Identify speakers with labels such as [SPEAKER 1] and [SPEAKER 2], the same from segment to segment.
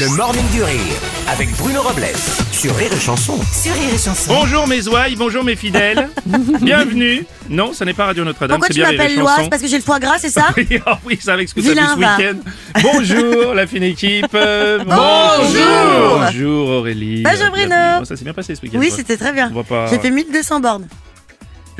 [SPEAKER 1] Le Morning du Rire avec Bruno Robles sur Rire et Chanson.
[SPEAKER 2] Sur Rire et Chanson.
[SPEAKER 3] Bonjour mes ouailles, bonjour mes fidèles. Bienvenue. Non, ça n'est pas Radio Notre-Dame,
[SPEAKER 2] Pourquoi
[SPEAKER 3] c'est
[SPEAKER 2] tu
[SPEAKER 3] bien Rire et
[SPEAKER 2] m'appelles Loise
[SPEAKER 3] Chanson.
[SPEAKER 2] Parce que j'ai le foie gras, c'est ça
[SPEAKER 3] Oui, oh oui, c'est avec ce que t'as vu
[SPEAKER 2] Vilain,
[SPEAKER 3] ce
[SPEAKER 2] va.
[SPEAKER 3] week-end. Bonjour la fine équipe. Euh,
[SPEAKER 2] Bonjour.
[SPEAKER 3] Bonjour Aurélie.
[SPEAKER 2] Bonjour,
[SPEAKER 3] Euh, bienvenue.
[SPEAKER 2] Bruno.
[SPEAKER 3] Bon, ça s'est bien passé ce week-end.
[SPEAKER 2] Oui,
[SPEAKER 3] toi.
[SPEAKER 2] c'était très bien.
[SPEAKER 3] On va pas-
[SPEAKER 2] J'ai fait 1200 bornes.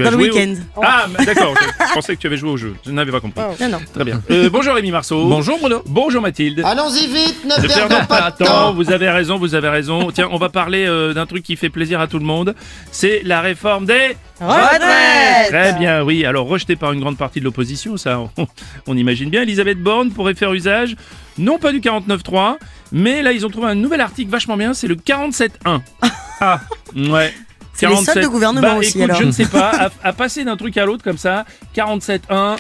[SPEAKER 3] Tu as
[SPEAKER 2] dans le
[SPEAKER 3] joué au-
[SPEAKER 2] week-end.
[SPEAKER 3] Ah, mais d'accord, je je pensais que tu avais joué au jeu. Je n'avais pas compris.
[SPEAKER 2] Oh. Non, non.
[SPEAKER 3] Très bien. Euh, bonjour Rémi Marceau. Bonjour Bruno. Ah, Bonjour Mathilde.
[SPEAKER 4] Allons-y vite, ne
[SPEAKER 3] Ne
[SPEAKER 4] perdons pas de
[SPEAKER 3] temps,
[SPEAKER 4] temps.
[SPEAKER 3] vous avez raison, vous avez raison. Tiens, on va parler euh, d'un truc qui fait plaisir à tout le monde. C'est la réforme des
[SPEAKER 2] Retraites
[SPEAKER 3] Très bien, oui. Alors rejeté par une grande partie de l'opposition, ça, on, on imagine bien. Elisabeth Borne pourrait faire usage, non pas du 49.3, mais là ils ont trouvé un nouvel article vachement bien. C'est le 47.1. Ah, ouais.
[SPEAKER 2] C'est les soldes de gouvernement
[SPEAKER 3] Bah,
[SPEAKER 2] aussi,
[SPEAKER 3] écoute,
[SPEAKER 2] alors.
[SPEAKER 3] Je ne sais pas. À, à passer d'un truc à l'autre comme ça, 47.1.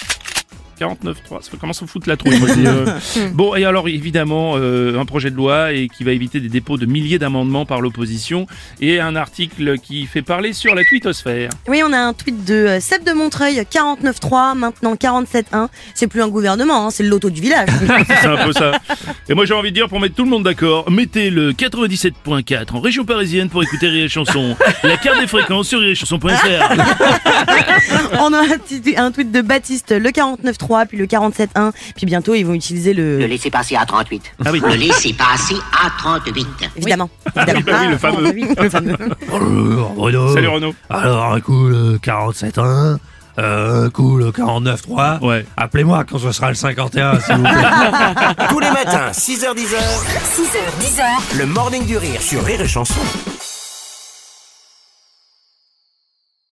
[SPEAKER 3] 49.3, ça commence à foutre la trouille. moi, je dis, euh. Bon, et alors évidemment, euh, un projet de loi et qui va éviter des dépôts de milliers d'amendements par l'opposition et un article qui fait parler sur la twittosphère.
[SPEAKER 2] Oui, on a un tweet de euh, Seb de Montreuil, 49.3, maintenant 47.1. C'est plus un gouvernement, hein, c'est le loto du village.
[SPEAKER 3] C'est un peu ça. Et moi j'ai envie de dire pour mettre tout le monde d'accord, mettez le 97.4 en région parisienne pour écouter Rire et Chanson. La carte des fréquences sur rirechanson.fr.
[SPEAKER 2] on a un, petit- un tweet de Baptiste, le 49.3, puis le 47.1. Puis bientôt, ils vont utiliser
[SPEAKER 5] Le
[SPEAKER 2] le...
[SPEAKER 5] laisser passer à 38.
[SPEAKER 3] Ah oui.
[SPEAKER 5] Le laisser passer à 38.
[SPEAKER 2] Évidemment.
[SPEAKER 3] oui, bah oui, le
[SPEAKER 2] Ah,
[SPEAKER 3] fameux.
[SPEAKER 2] oui, le fameux.
[SPEAKER 6] Bonjour Bruno.
[SPEAKER 3] Salut Renaud.
[SPEAKER 6] Alors un coup le 47.1, euh, un coup le 49.3.
[SPEAKER 3] Ouais.
[SPEAKER 6] Appelez-moi quand ce sera le 51 s'il vous plaît.
[SPEAKER 1] Tous les matins, 6h10,
[SPEAKER 7] 6h, 10h,
[SPEAKER 1] le Morning du Rire sur Rire et Chanson.